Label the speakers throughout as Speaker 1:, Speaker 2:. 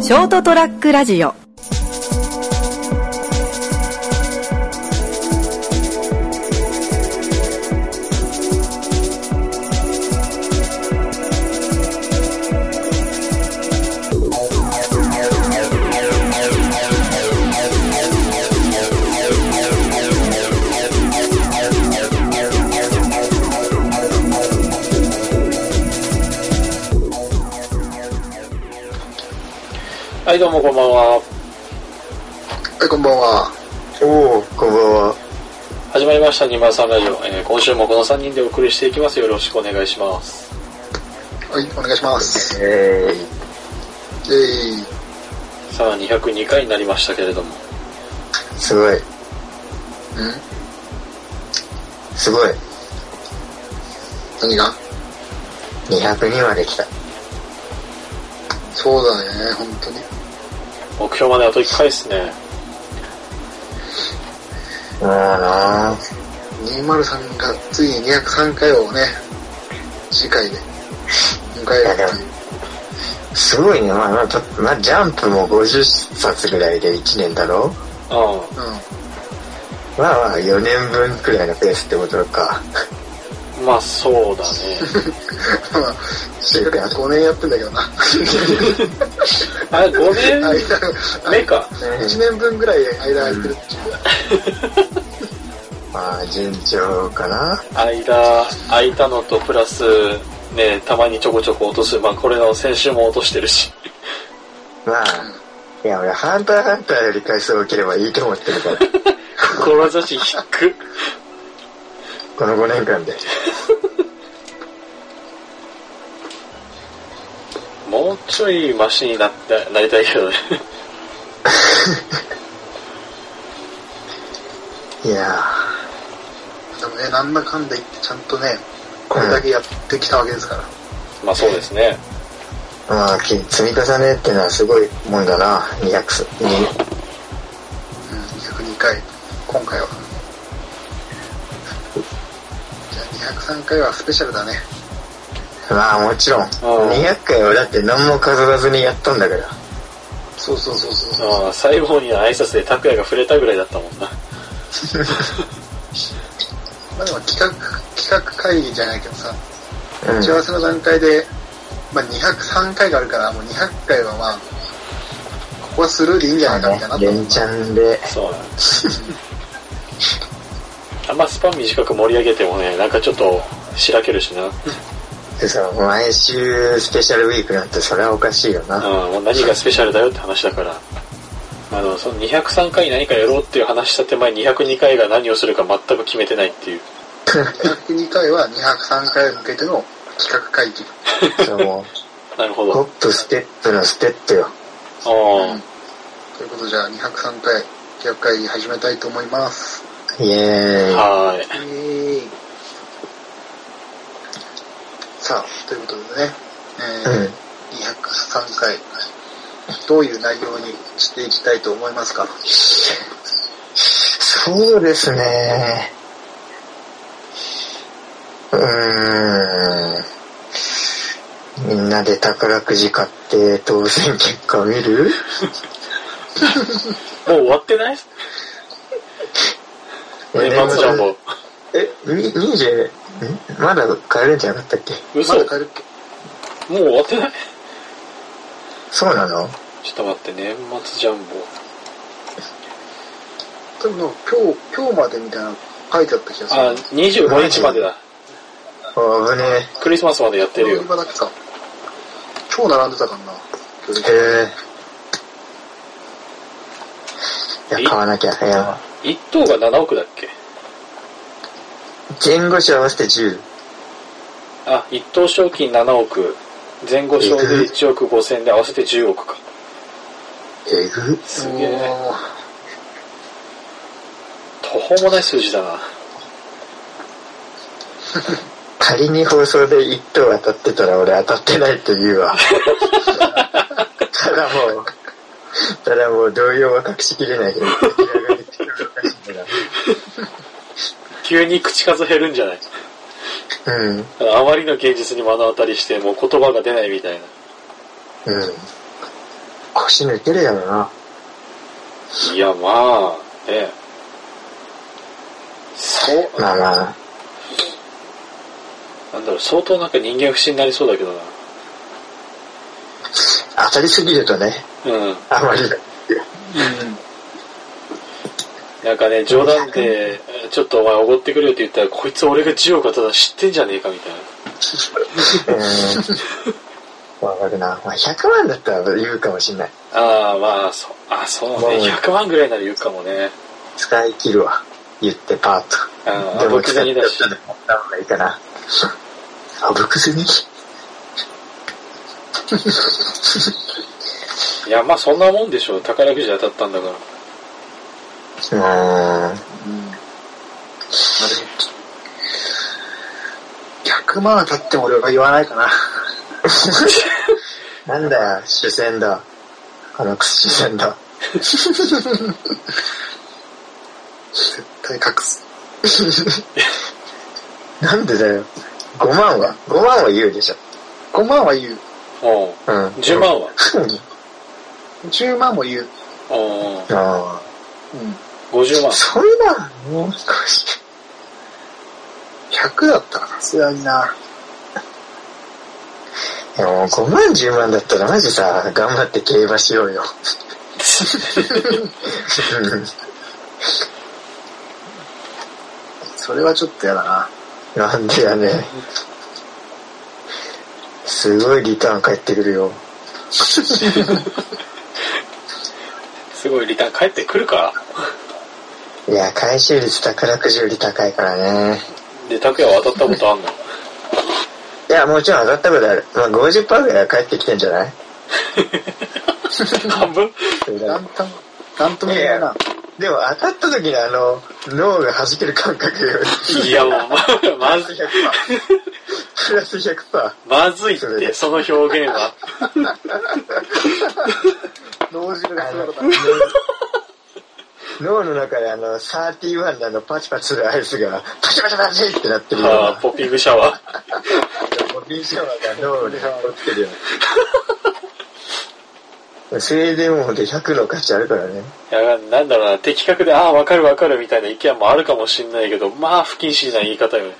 Speaker 1: ショートトラックラジオ
Speaker 2: はい、どうもこんばんは。
Speaker 3: はい、こんばんは。おお、こんばんは。
Speaker 2: 始まりました203ラジオ、えー今週もこの3人でお送りしていきます。よろしくお願いします。
Speaker 3: はい、お願いします。
Speaker 4: え
Speaker 3: イェイ。
Speaker 2: さあ、202回になりましたけれども。
Speaker 4: ー、すごい。すごい。
Speaker 3: 何が
Speaker 4: 202まで来た。
Speaker 3: そうだね、本当に。
Speaker 2: 目標まであと1回ですね。
Speaker 4: もうなぁ。
Speaker 3: 203がついに203回をね、次回で迎えるという。
Speaker 4: すごいね。まあまあ、ちょっと、まあ、ジャンプも50冊ぐらいで1年だろ
Speaker 2: う
Speaker 4: まあまあ、4年分くらいのペースってことか。
Speaker 2: ん。まあ、そうだ ね。
Speaker 3: うん。まあ、しっかり5年やってんだけど な。
Speaker 2: あれ、5年目か。
Speaker 3: 1年分ぐらい間空いてるっていう。
Speaker 4: まあ、順調かな。
Speaker 2: 間、空いたのと、プラス、ね、たまにちょこちょこ落とす。まあ、これの先週も落としてる し。
Speaker 4: まあ、いや、俺、ハンターハンターより回数多ければいいと思ってる から。
Speaker 2: 志低っ。
Speaker 4: この5年間で。
Speaker 2: もうちょいマシになったなりたいけどね。
Speaker 4: いや
Speaker 3: でもね、なんだかんだ言ってちゃんとね、これだけやってきたわけですから。
Speaker 2: まあ、そうですね。
Speaker 4: ー、まあ、き積み重ねってのはすごいもんだな。200冊。に
Speaker 3: うん、202回、今回は。じゃあ203回はスペシャルだね。
Speaker 4: まあもちろん、200回はだって何も飾らずにやったんだから。
Speaker 3: そうそうそうそうそう。
Speaker 2: ああ最後に挨拶で拓也が触れたぐらいだったもんな。
Speaker 3: まあでも企画、企画会議じゃないけどさ、
Speaker 4: うん
Speaker 3: 打ち合わせの段階で、まあ203回があるから、もう200回はまあ、ここはスルーでいいんじゃないかみたいな。
Speaker 4: 連チャンで、
Speaker 2: そうなんです。 あんまスパン短く盛り上げてもね、なんかちょっとしらけるしな。
Speaker 4: そう、毎週スペシャルウィークなんてそれはおかしいよな。
Speaker 2: うん、もう何がスペシャルだよって話だから。あの、その203回何かやろうっていう話した手前202回が何をするか全く決めてないっていう。
Speaker 3: 202回は203回に向けての企画会議。
Speaker 4: そう、も
Speaker 2: なるほ
Speaker 4: う、ホッ
Speaker 2: ど。
Speaker 4: プステップのステップよ。
Speaker 2: あ
Speaker 3: ということでじゃあ203回企画会議始めたいと思います。
Speaker 4: イエ
Speaker 2: あ、
Speaker 4: ーイ。
Speaker 2: はーい。
Speaker 3: さあ、ということでね、え
Speaker 4: う
Speaker 3: ー
Speaker 4: ん。
Speaker 3: 203回、どういう内容にしていきたいと思いますか
Speaker 4: そうですね。うーん。みんなで宝くじ買って当選結果見る
Speaker 2: もう終わってない年末ジャンボ。
Speaker 4: え、に20、んまだ買えるんじゃなかったっけ
Speaker 2: 嘘
Speaker 3: ま
Speaker 2: も
Speaker 3: だ
Speaker 2: う
Speaker 3: 帰るっけ
Speaker 2: 終わってない
Speaker 4: そうなの
Speaker 2: ちょっと待って、年末ジャンボ。
Speaker 3: 多分なんか今日、今日までみたいなの書いてあった気がする。
Speaker 2: あ、25日までだ。
Speaker 4: あぶね
Speaker 2: クリスマスまでやってるよ。
Speaker 3: 今だけさ、超並んでたからな。今日
Speaker 4: え。へえ。いや、買わなきゃ。いや、
Speaker 2: 1等が7億だっけ
Speaker 4: 前後賞合わせて10。
Speaker 2: あ、一等賞金7億、前後賞で1億5千で合わせて10億か。
Speaker 4: えぐ
Speaker 2: すげえ。
Speaker 3: おー
Speaker 2: 途方もない数字だな。
Speaker 4: 仮に放送で1等当たってたら俺当たってないって言うわ。ただもう、ただもう動揺は隠しきれないけど、出来上がりっていうのがおかしいんだ
Speaker 2: 急に口数減るんじゃない
Speaker 4: なうん。
Speaker 2: あまりの現実に目の当たりして、もう言葉が出ないみたいな。
Speaker 4: うん。腰抜けるやろな。
Speaker 2: いや、まあ、ね。そう、
Speaker 4: まあまあ、
Speaker 2: なんだろう、相当なんか人間不信になりそうだけどな。
Speaker 4: 当たりすぎるとね、
Speaker 2: うん。
Speaker 4: あまり。
Speaker 2: なんかね、冗談で、ちょっとお前おごってくれよって言ったら、こいつ俺が10億当ただ知ってんじゃねえかみたいな。
Speaker 4: うん。わかるな。まあ、100万だったら言うかもしんない。
Speaker 2: ああ、まあ、そう、あそうね。
Speaker 4: まあ
Speaker 2: 100万ぐらいなら言うかもね。
Speaker 4: 使い切るわ。言ってパーッと。
Speaker 2: あ
Speaker 4: で
Speaker 2: あ、
Speaker 4: も
Speaker 2: 僕銭だし。
Speaker 4: ちょっと持った方がいいかな。あ、僕銭
Speaker 2: いや、まあそんなもんでしょう。宝くじ当たったんだから。
Speaker 4: うーん。
Speaker 3: うんなるほど100万当たっても俺は言わないかな。
Speaker 4: なんだよ、主戦だ。あの、主戦だ。
Speaker 3: 絶対隠す。
Speaker 4: なんでだよ。5万は ?5 万は言うでしょ。
Speaker 3: 5万は言う。
Speaker 2: おう
Speaker 4: うん。
Speaker 2: 10万は
Speaker 3: 10万も言う。
Speaker 2: おう
Speaker 4: あ
Speaker 3: うん。
Speaker 2: 50万
Speaker 4: あ。。それだ。もう少し。
Speaker 3: 100だったらさすがにな。
Speaker 4: いやもう5万10万だったらマジさ、頑張って競馬しようよ。うん
Speaker 3: それはちょっとやだな。
Speaker 4: なんでやね。すごいリターン返ってくるよ。
Speaker 2: すごいリターン返ってくるか
Speaker 4: いや、回収率宝くじより高いからね。
Speaker 2: で、拓也は当たったことあんの
Speaker 4: いや、もちろん当たったことある。まあ、50%ぐらいは返ってきてんじゃない
Speaker 2: 半分
Speaker 4: それ
Speaker 3: な
Speaker 4: だ
Speaker 3: んとも、なんとも言えないな。
Speaker 4: でも当たった時のあの、脳が弾ける感覚より、
Speaker 2: いや、もう、ま、まずい、
Speaker 4: 100%。プラス100%。
Speaker 2: まずいって、その表現は。
Speaker 3: 脳汁がすごかった。
Speaker 4: 脳の中であの、31のあの、パチパチするアイスが、パチパチパチってなってるような
Speaker 2: ああ、ポッピングシャワー。
Speaker 4: ボディーシャワーが脳に残ってるよね。スウェーデンもで100の価値あるからね。
Speaker 2: いや、なんだろうな、的確で、ああ、わかるわかるみたいな意見もあるかもしんないけど、まあ、不謹慎な言い方よね。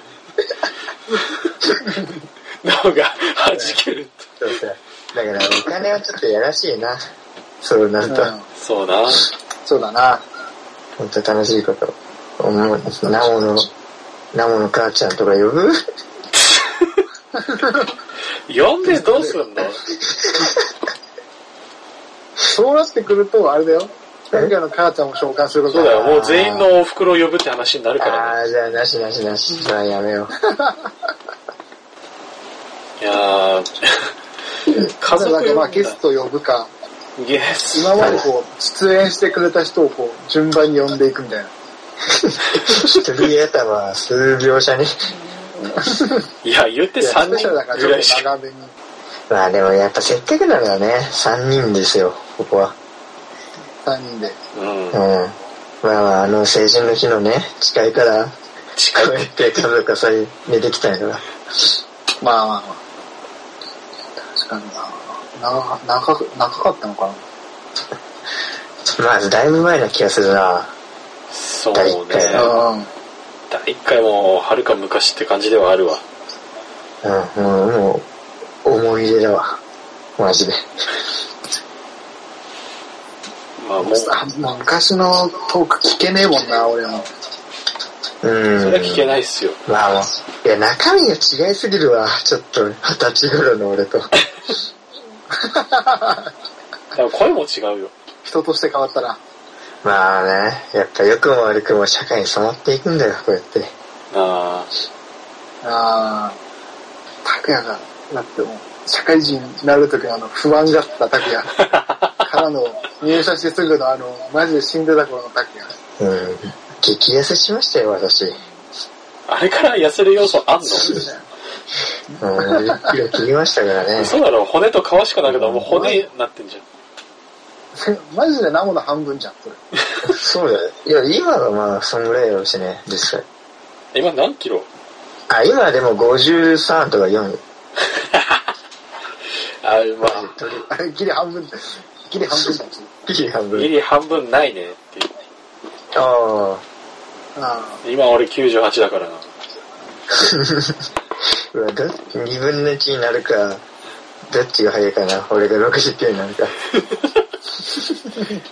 Speaker 2: 脳が弾けるって。
Speaker 4: そうさ。だからお金はちょっとやらしいな。そうなると、
Speaker 3: うん
Speaker 2: そうな。
Speaker 3: そうだな。
Speaker 4: ほんと楽しいこと。思う。なおの、なおの母ちゃんとか呼ぶ
Speaker 2: 呼んでどうすんの
Speaker 3: そうなってくると、あれだよ。誰かの母ちゃんを召喚するこ
Speaker 2: そう
Speaker 3: と
Speaker 2: だよ、
Speaker 3: だよ。
Speaker 2: もう全員のお袋を呼ぶって話になるからね。
Speaker 4: あー、じゃあなしなしなし。じゃあやめ よう。
Speaker 2: いやー、 家
Speaker 3: だから
Speaker 2: 族
Speaker 3: ま
Speaker 2: 呼
Speaker 3: あ
Speaker 2: ん
Speaker 3: ゲス
Speaker 2: だ。
Speaker 3: トを呼ぶか、
Speaker 2: ゲス
Speaker 3: 今までこう、出演してくれた人をこう、順番に呼んでいくみたいな。
Speaker 4: 一人頭数秒差に。
Speaker 2: ト。いや、言って
Speaker 3: いやス
Speaker 2: 3
Speaker 3: ペシャルだから
Speaker 2: 人ぐ
Speaker 3: ちょ
Speaker 2: ら
Speaker 3: っ
Speaker 2: いし
Speaker 3: と
Speaker 2: か。
Speaker 3: 長めに。
Speaker 4: まあでもやっぱせっかくならね、3人ですよ、ここは。
Speaker 3: 3人で。
Speaker 2: うん
Speaker 4: うん。。まあまあ、あの成人の日のね、近いから、
Speaker 2: 近
Speaker 4: こ
Speaker 2: い
Speaker 4: うやって家族が再寝てきたんやから。
Speaker 3: まあまあまあ。確かにな。長長く長かったのかな。
Speaker 4: まあ、だいぶ前な気がするな。
Speaker 2: そう
Speaker 4: 第一
Speaker 2: ね。
Speaker 4: 回
Speaker 3: うん。
Speaker 2: 第一回も、はるか昔って感じではあるわ。
Speaker 4: うん、もう、もう、思い入れだわ。マジで。
Speaker 2: まあ、もう、そ
Speaker 3: あもう昔のトーク聞けねえもんな、俺も。
Speaker 4: うん。
Speaker 2: れは聞けないっすよ。
Speaker 4: まあもう、いや、中身が違いすぎるわ。ちょっと、二十歳頃の俺と。
Speaker 2: だから声も違うよ。
Speaker 3: 人として変わったら。
Speaker 4: まあね、やっぱ良くも悪くも社会に染まっていくんだよ、こうやって。
Speaker 2: あ
Speaker 3: ああ。拓也が、だってもう、社会人になる時のあの、不安があった拓也。からの、入社してすぐのあの、マジで死んでた頃の拓也。
Speaker 4: うん。激痩せしましたよ、私。うん、
Speaker 2: あ。あれから痩せる要素あんの
Speaker 4: 10キロ切りましたからね。
Speaker 2: そうだろ、骨と皮しかなくて、もう骨になってんじゃん。
Speaker 3: マジでナモの半分じゃん、それ。
Speaker 4: そうだよ。いや、今はまあ、そんぐらいやろうしね、実際。
Speaker 2: 今何キロ
Speaker 4: あ、今でも53とか4。
Speaker 2: あ、まあ、
Speaker 3: あれ、ギリ半分。ギリ半分だっつう
Speaker 4: いい半
Speaker 2: ギ
Speaker 4: 分。
Speaker 2: リ半分ないねっていう
Speaker 4: ああ。
Speaker 3: あ
Speaker 2: 今俺98だからな。
Speaker 4: うわ、ど、二分の一になるか、どっちが早いかな。俺が69になるか。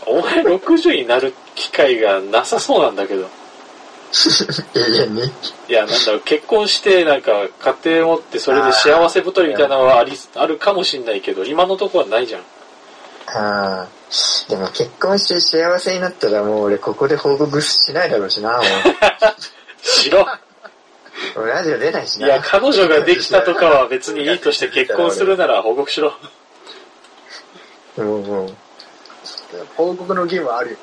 Speaker 2: お前60になる機会がなさそうなんだけど。
Speaker 4: 永遠に。
Speaker 2: いや、なんだろう、結婚して、なんか、家庭持って、それで幸せ太りみたいなのはあり、あるかもしんないけど、今のとこはないじゃん。
Speaker 4: ああ。でも結婚して幸せになったらもう俺ここで報告しないだろうしな、も
Speaker 2: しろ
Speaker 4: う。もうラジオ出ないし
Speaker 2: い
Speaker 4: な。
Speaker 2: や、彼女ができたとかは別にいいとして結婚するなら報告しろ。
Speaker 4: もうもう。
Speaker 3: あ報告の義務はあるよ。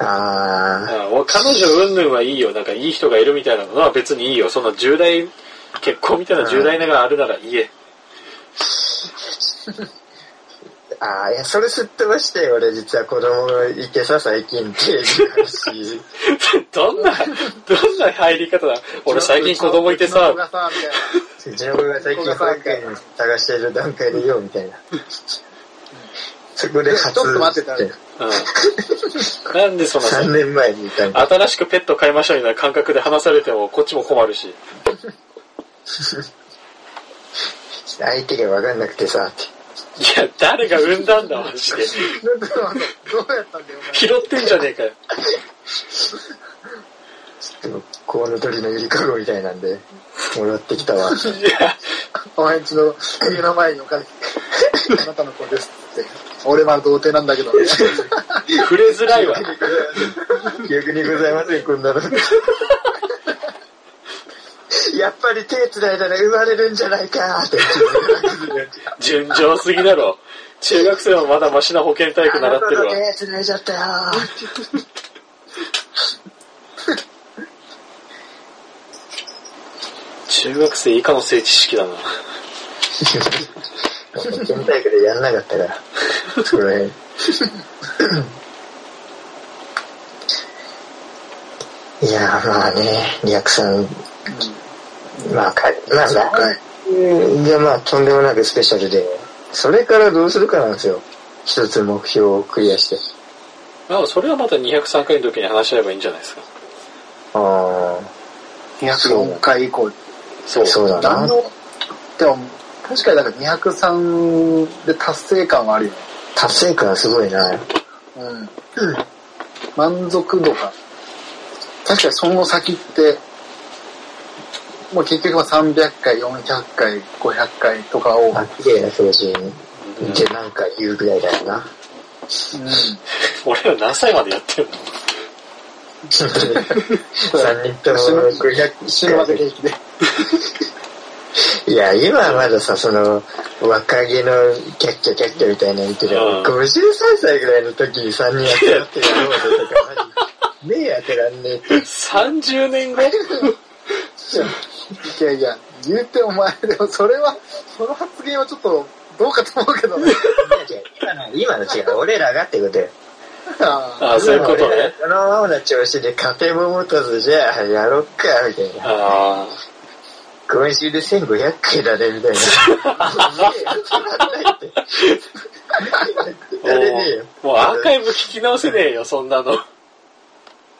Speaker 4: ああ。
Speaker 2: ああもう彼女云々はいいよ。なんかいい人がいるみたいなのは別にいいよ。その重大、結婚みたいな重大なのがあるなら言え。
Speaker 4: ああ、いや、それすっ飛ばして、俺実は子供がいてさ、最近定義がある し。
Speaker 2: どんな、どんな入り方だ俺最近子供いて
Speaker 3: うち
Speaker 2: さ、
Speaker 3: の子がさ、みたいな。
Speaker 4: うちの子が最近保育園探してる段階でよ、みたいな。そこで
Speaker 3: で
Speaker 4: 初
Speaker 3: ちょっと待ってたら
Speaker 2: うん。なんでその
Speaker 4: 3年前にいたんだ。
Speaker 2: 新しくペット買いましょうみたいな感覚で話されてもこっちも困るし。
Speaker 4: 相手が分かんなくてさ、って。
Speaker 2: いや、誰が産んだんだ、マジで。
Speaker 3: なんであのどうやったんだよ、
Speaker 2: 拾ってんじゃねえかよ。
Speaker 4: ちょっとコウノトリのゆりかごみたいなんで、もらってきた わ。
Speaker 2: いや、
Speaker 3: お前。お前んちの家の前に置かれて、あなたの子ですって。俺は童貞なんだけど。
Speaker 2: 触れづらいわ。
Speaker 4: 記憶にございません、こんなの。 やっぱり手繋いだら生まれるんじゃないか って。
Speaker 2: 純情すぎだろ。中学生はまだマシな保健体育
Speaker 4: あ
Speaker 2: 習
Speaker 4: の
Speaker 2: って
Speaker 4: 子
Speaker 2: る
Speaker 4: の
Speaker 2: わ。
Speaker 4: 手繋いじゃったよ
Speaker 2: 中学生以下の性知識だな。
Speaker 4: 県大会でやんなかったから。それ。いやーまあね、リアクさん、まあか、まあ
Speaker 3: か
Speaker 4: 来週がまあとんでもなくスペシャルで、それからどうするかなんですよ。一つ目標をクリアして。
Speaker 2: まあ、それはまた203回の時に話し合えばいいんじゃないですか。
Speaker 4: あ
Speaker 3: 204回以降。
Speaker 2: そう。
Speaker 4: あ、そうだ
Speaker 3: 何
Speaker 4: な。
Speaker 3: の、でも、確かにだから203で達成感はあるよね。
Speaker 4: 達成感すごいな。
Speaker 3: うん。満足度が。確かにその先って、もう結局は300回、400回、500回とかを、うん
Speaker 4: あ、綺麗な表情に。
Speaker 2: うん
Speaker 4: で、なんか言うぐらいだよな。
Speaker 2: 俺ら何歳までやってるの
Speaker 4: 3人とも
Speaker 3: 死ぬ
Speaker 4: 500
Speaker 3: 死ぬまで平気で。
Speaker 4: いや、今はまださ、その、若気のキャッキャキャッキャみたいなの見てる、
Speaker 2: うん
Speaker 4: 53歳ぐらいの時に3人集まってやろうぜとか、マジ目当てらんねえって。
Speaker 2: ?30 年後
Speaker 3: いやいや、言うてお前、でもそれは、その発言はちょっと、どうかと思うけ どね。
Speaker 4: 違う今の、今の違う、俺らがってことよ。
Speaker 2: あ
Speaker 3: あ
Speaker 2: あ、そういうこと
Speaker 4: 今の俺
Speaker 2: ね
Speaker 4: ら。そのままの調子で家庭も持たず、じゃあやろっか、みたいな。
Speaker 2: あ
Speaker 4: 今週で1500回だね、みたいな。
Speaker 2: あ。
Speaker 4: やれねえよ。
Speaker 2: もう、もうアーカイブ聞き直せねえよ、そんなの。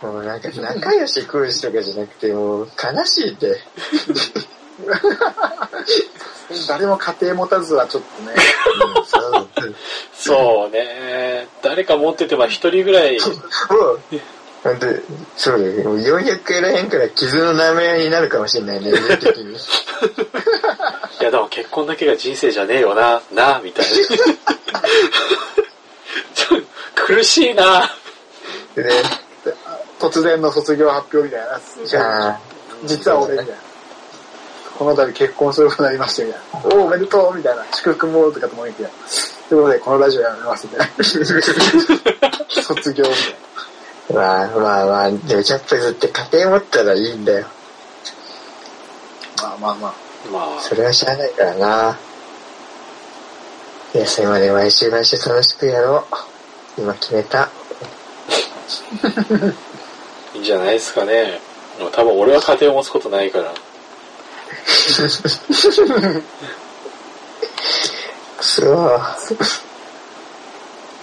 Speaker 4: もうなんか仲良し恋しとかじゃなくて、もう悲しいって。
Speaker 3: 誰も家庭持たずはちょっとね、
Speaker 4: うんそう
Speaker 2: そうね。誰か持っててば一人ぐらい、
Speaker 4: もう、ほんと、そうだよね。もう400回らへんから傷の舐め合いになるかもしれないね、年齢的に。
Speaker 2: いやでも結婚だけが人生じゃねえよな、なあ、みたいな。 ちょ苦しいな。
Speaker 4: で、
Speaker 3: 突然の卒業発表みたいな。
Speaker 4: じゃあ、
Speaker 3: 実は俺みたいな。この度結婚することになりましたみたいな。おお、おめでとうみたいな。祝福もとかとも言って。ということで、このラジオやめますみたいな。卒業み
Speaker 4: まあまあまあ、でもチャップズって家庭持ったらいいんだよ。
Speaker 3: たいな。まあまあまあ。
Speaker 2: ま
Speaker 4: それは知らないからな。いや、それまで毎週毎週楽しくやろう。今決めた。
Speaker 2: あ、いいんじゃないですかね。でも多分俺は家庭を持つことないから。
Speaker 4: そう。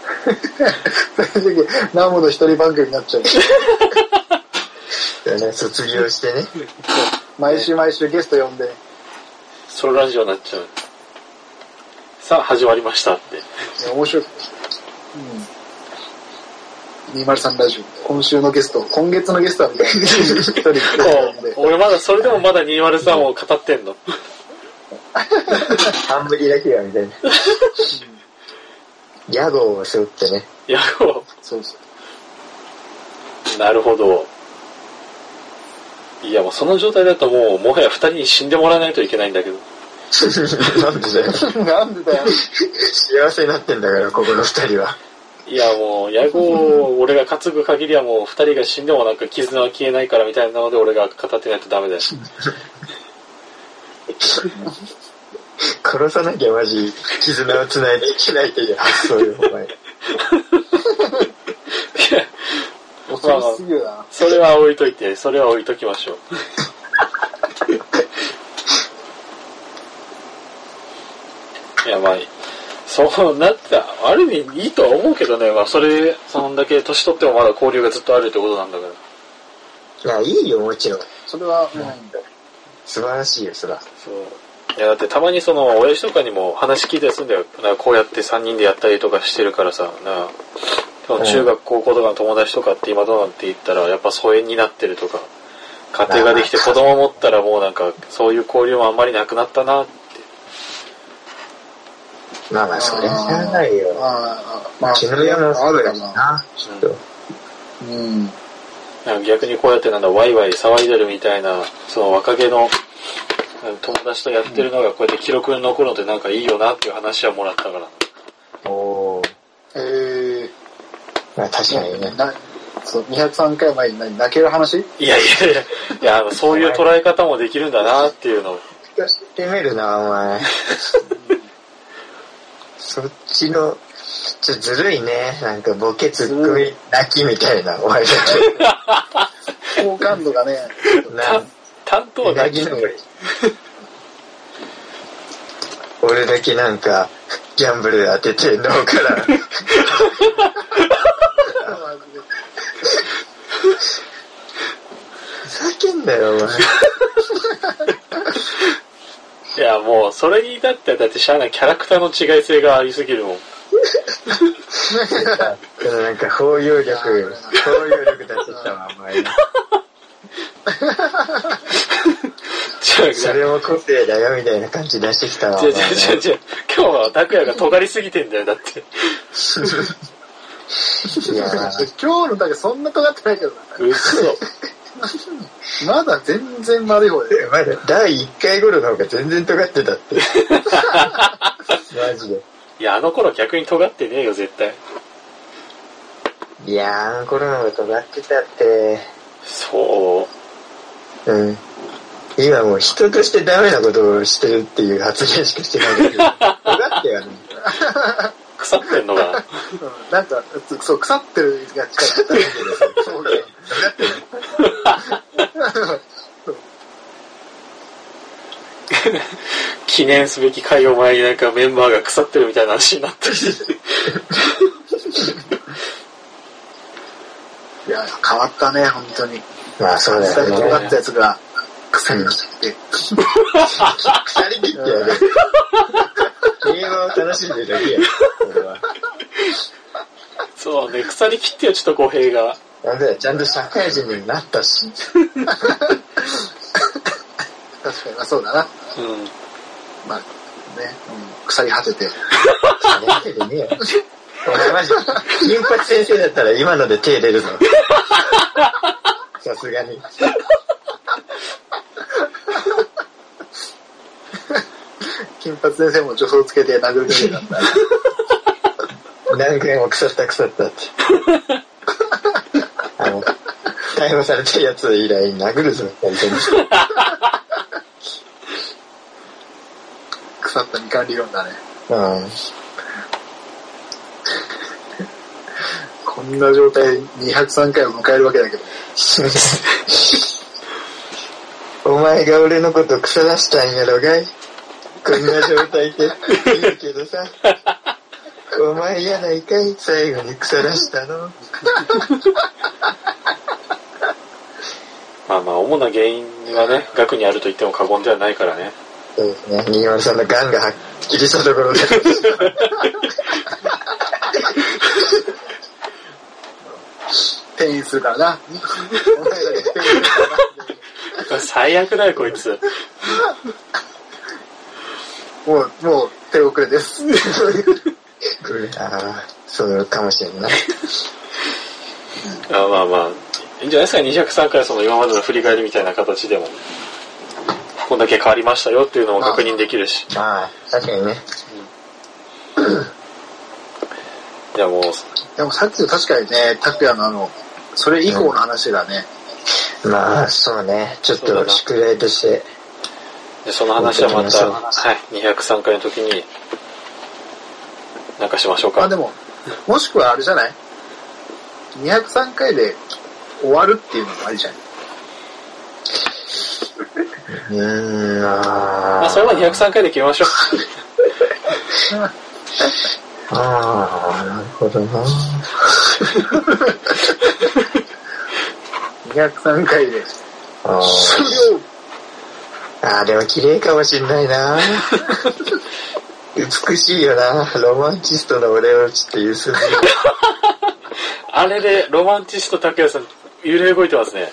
Speaker 3: 最終的に、ナモの一人番組になっちゃう。
Speaker 4: だね、卒業してね。
Speaker 3: 毎週毎週ゲスト呼んで、
Speaker 2: ソロラジオになっちゃう。さあ、始まりましたって。
Speaker 3: いや面白い。うん。203ラジオ、今週のゲスト、今月のゲストはみたいな。一人ゲスト呼んで
Speaker 2: お俺まだ、それでもまだ203を語ってんの。
Speaker 4: 冠だけがみたいな。野望を背負ってね。
Speaker 2: いや、こ
Speaker 3: そうそう。
Speaker 2: うなるほど。いや、もうその状態だともう、もはや二人に死んでもらわないといけないんだけど。
Speaker 4: なんでだよ。
Speaker 3: なんでだよ。
Speaker 4: 幸せになってんだから、ここの二人は。
Speaker 2: いや、もう、野号を俺が担ぐ限りはもう二人が死んでもなんか絆は消えないからみたいなので俺が語ってないとダメだよ。
Speaker 4: 殺さなきゃマジ、絆を繋いでいけないという発想よ、お前。
Speaker 3: 恐ろしすぎるな。
Speaker 2: それは置いといて、それは置いときましょう。 いやばい。そうなった、ある意味いいとは思うけどね、まあそれ、そんだけ年取ってもまだ交流がずっとあるってことなんだから。
Speaker 4: いや、いいよ、もちろん。
Speaker 3: それは、うん。
Speaker 4: 素晴らしいよ、そら。
Speaker 2: そう。いやだってたまにその、親父とかにも話聞いたりするんだよ。なんかこうやって3人でやったりとかしてるからさ、なあその中学、高校とかの友達とかって今どうなんて言ったら、やっぱ疎遠になってるとか、家庭ができて子供持ったらもうなんか、そういう交流もあんまりなくなったなって。
Speaker 4: まあまあ、それは知らない
Speaker 3: ま
Speaker 4: よ。
Speaker 3: あ、まあ、
Speaker 4: 血の山も
Speaker 3: あ
Speaker 4: そう
Speaker 3: る
Speaker 4: だ
Speaker 3: か
Speaker 4: し
Speaker 3: な。
Speaker 4: な、きっと。
Speaker 3: うん。
Speaker 2: なんか逆にこうやってなんだ、ワイワイ騒いでるみたいな、その若気のなんか友達とやってるのがこうやって記録に残るのってなんかいいよなっていう話はもらったから。
Speaker 4: おー。
Speaker 3: えー。
Speaker 4: まあ、確かにね。
Speaker 3: なそう、203回前に何泣ける話
Speaker 2: いやいやいや、いやあのそういう捉え方もできるんだなっていうのを。
Speaker 4: 知ってみるな、お前。 そっちの、ちょ、ずるいね。なんか、ボケ、ツッコミ、泣きみたいな、お前だ
Speaker 3: 好感度がね、
Speaker 4: け。な
Speaker 2: 担、担当は
Speaker 4: 泣
Speaker 2: 泣き
Speaker 4: きの俺。俺だけなんか、ギャンブル当てて、脳から、ふざけんなよ、お前。
Speaker 2: いや、もう、それに至ってはだってしゃあないキャラクターの違い性がありすぎるもん。
Speaker 4: このなんか、包容力、包容力出してきたわ、お前。
Speaker 2: 違う
Speaker 4: そ
Speaker 2: 違う。
Speaker 4: れも個性だよ、みたいな感じ出してきたわ。お
Speaker 2: 違う
Speaker 4: 前
Speaker 2: 違う違う違う。今日は拓也が尖りすぎてんだよ、だって。
Speaker 4: いや
Speaker 3: 今日のだけそんな尖ってないけどな。
Speaker 2: 嘘。
Speaker 3: まだ全然丸い方だよ。
Speaker 4: まだ第1回頃の方が全然尖って たって。マジで。
Speaker 2: いや、あの頃逆に尖ってねえよ、絶対。
Speaker 4: いやー、あの頃の方が尖ってたって。
Speaker 2: そう。
Speaker 4: うん。今もう人としてダメなことをしてるっていう発言しかしてないん だけど。尖ってやる。
Speaker 2: 腐ってんのが。
Speaker 3: うんなんか、そう、腐ってるが近い。そうだよ。
Speaker 2: 記念すべき会を前になんかメンバーが腐ってるみたいな話になったり。
Speaker 3: いや、変わったね、本当に。
Speaker 4: まあそうだ
Speaker 3: 最近
Speaker 4: よ
Speaker 3: 尖
Speaker 4: ね。
Speaker 3: ったやつが、腐りまして。
Speaker 4: 腐り切ってやる。 映画を楽しんでるだけや。俺は。
Speaker 2: そうね、腐り切ってよ、ちょっと語弊が。
Speaker 4: なんだよ、ちゃんと社会人に なったし。
Speaker 3: 確かに、まあそうだな。
Speaker 2: うん。
Speaker 3: まあ、ね、うん腐り果てて。
Speaker 4: やめてねえよ。お前マジ、金八先生だったら今ので手出るぞ。 さすがに。
Speaker 3: 金髪先生も助走つけて殴り切れたんだ。
Speaker 4: 何回も腐った腐ったって。あの、逮捕されたやつ以来殴るぞ、本当に。
Speaker 3: 腐ったみかん理論だね。
Speaker 4: うん。
Speaker 3: こんな状態で203回を迎えるわけだけど。
Speaker 4: お前が俺のこと腐らしたんやろがい。こんな状態でいいけどさ。お前やないかい最後に腐らしたの。
Speaker 2: まあまあ、主な原因はね、額にあると言っても過言ではないからね。
Speaker 4: そうですね。新山さんのガンがはっきりしたとこ ろで。
Speaker 3: 転移するからな。お前らに転移するからな
Speaker 2: 最悪だよ、こいつ。
Speaker 3: もう、もう手遅れ です。
Speaker 4: ああ、そうかもしれんな。
Speaker 2: あまあまあ、いいんじゃないですか、203回その今までの振り返りみたいな形でも。こんだけ変わりましたよっていうのも確認できるし。
Speaker 4: まあ、確かにね。
Speaker 2: いやもう、
Speaker 3: でもさっきの確かにね、拓也のあの、それ以降の話だね。
Speaker 4: まあ、そうね。ちょっ
Speaker 2: そうだ
Speaker 4: と
Speaker 2: な
Speaker 4: 宿題として。
Speaker 2: でその話はま
Speaker 4: そ
Speaker 2: た、
Speaker 4: う
Speaker 2: はい、203回の時に、なんかしましょう
Speaker 3: まあ
Speaker 2: か
Speaker 3: で。も、もしくはあれじゃない ?203 回で終わるっていうのもありじゃん。
Speaker 4: うーん、ま
Speaker 2: まあ、
Speaker 4: あ。
Speaker 2: それは203回で決めましょう。
Speaker 4: ああ、なるほどな。
Speaker 3: 203回で
Speaker 4: あ
Speaker 3: 終了
Speaker 4: あああ、でも綺麗かもしんないな。 美しいよな。ロマンチストの俺をちょっとゆする。
Speaker 2: あれで、ロマンチスト竹谷さん、揺れ動いてますね。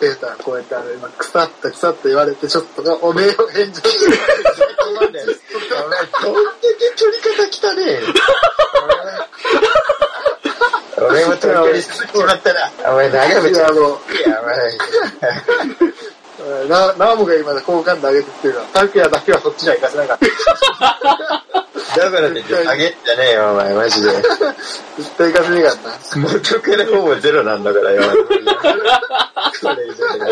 Speaker 3: ペーターこうやってあれ、今腐った腐った言われて、ちょっとがおめえを返上す る。
Speaker 4: お前、どんだけ取り方汚ねえ。 俺も取り返しつきまったな。お前、長渕
Speaker 3: い
Speaker 4: ち
Speaker 3: や
Speaker 4: ゃ
Speaker 3: あの、
Speaker 4: やばい。
Speaker 3: な、ナムが今好感度上げてってるから、拓也だけはそっちには行かせなかった。
Speaker 4: だからって言ってあげんじゃねえよ、お前、マジで。
Speaker 3: 絶対行かせなかった。
Speaker 4: 元からほぼゼロなんだからよ。それ以上で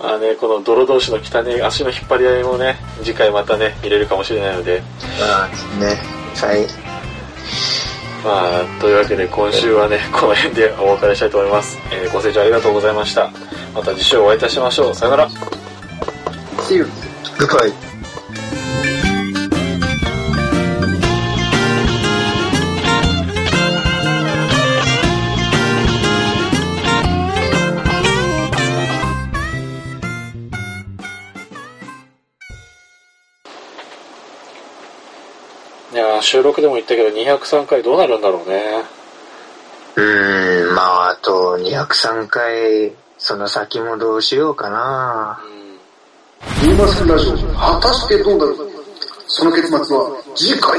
Speaker 2: まあね、この泥同士の汚い足の引っ張り合いもね、次回またね、見れるかもしれないので、
Speaker 4: まあ、ね。はい。
Speaker 2: まあ、というわけで今週はね、この辺でお別れしたいと思います。えーご清聴ありがとうございました。また次週お会いいたしましょう。さよなら。
Speaker 3: See you.
Speaker 4: グッバイ。
Speaker 2: いやー収録でも言ったけど、203回どうなるんだろうね。
Speaker 4: うーん、まあ、あと203回、その先もどうしようかな。
Speaker 2: うん。
Speaker 3: リーマスラジオ、果たしてどうなるその結末は次回。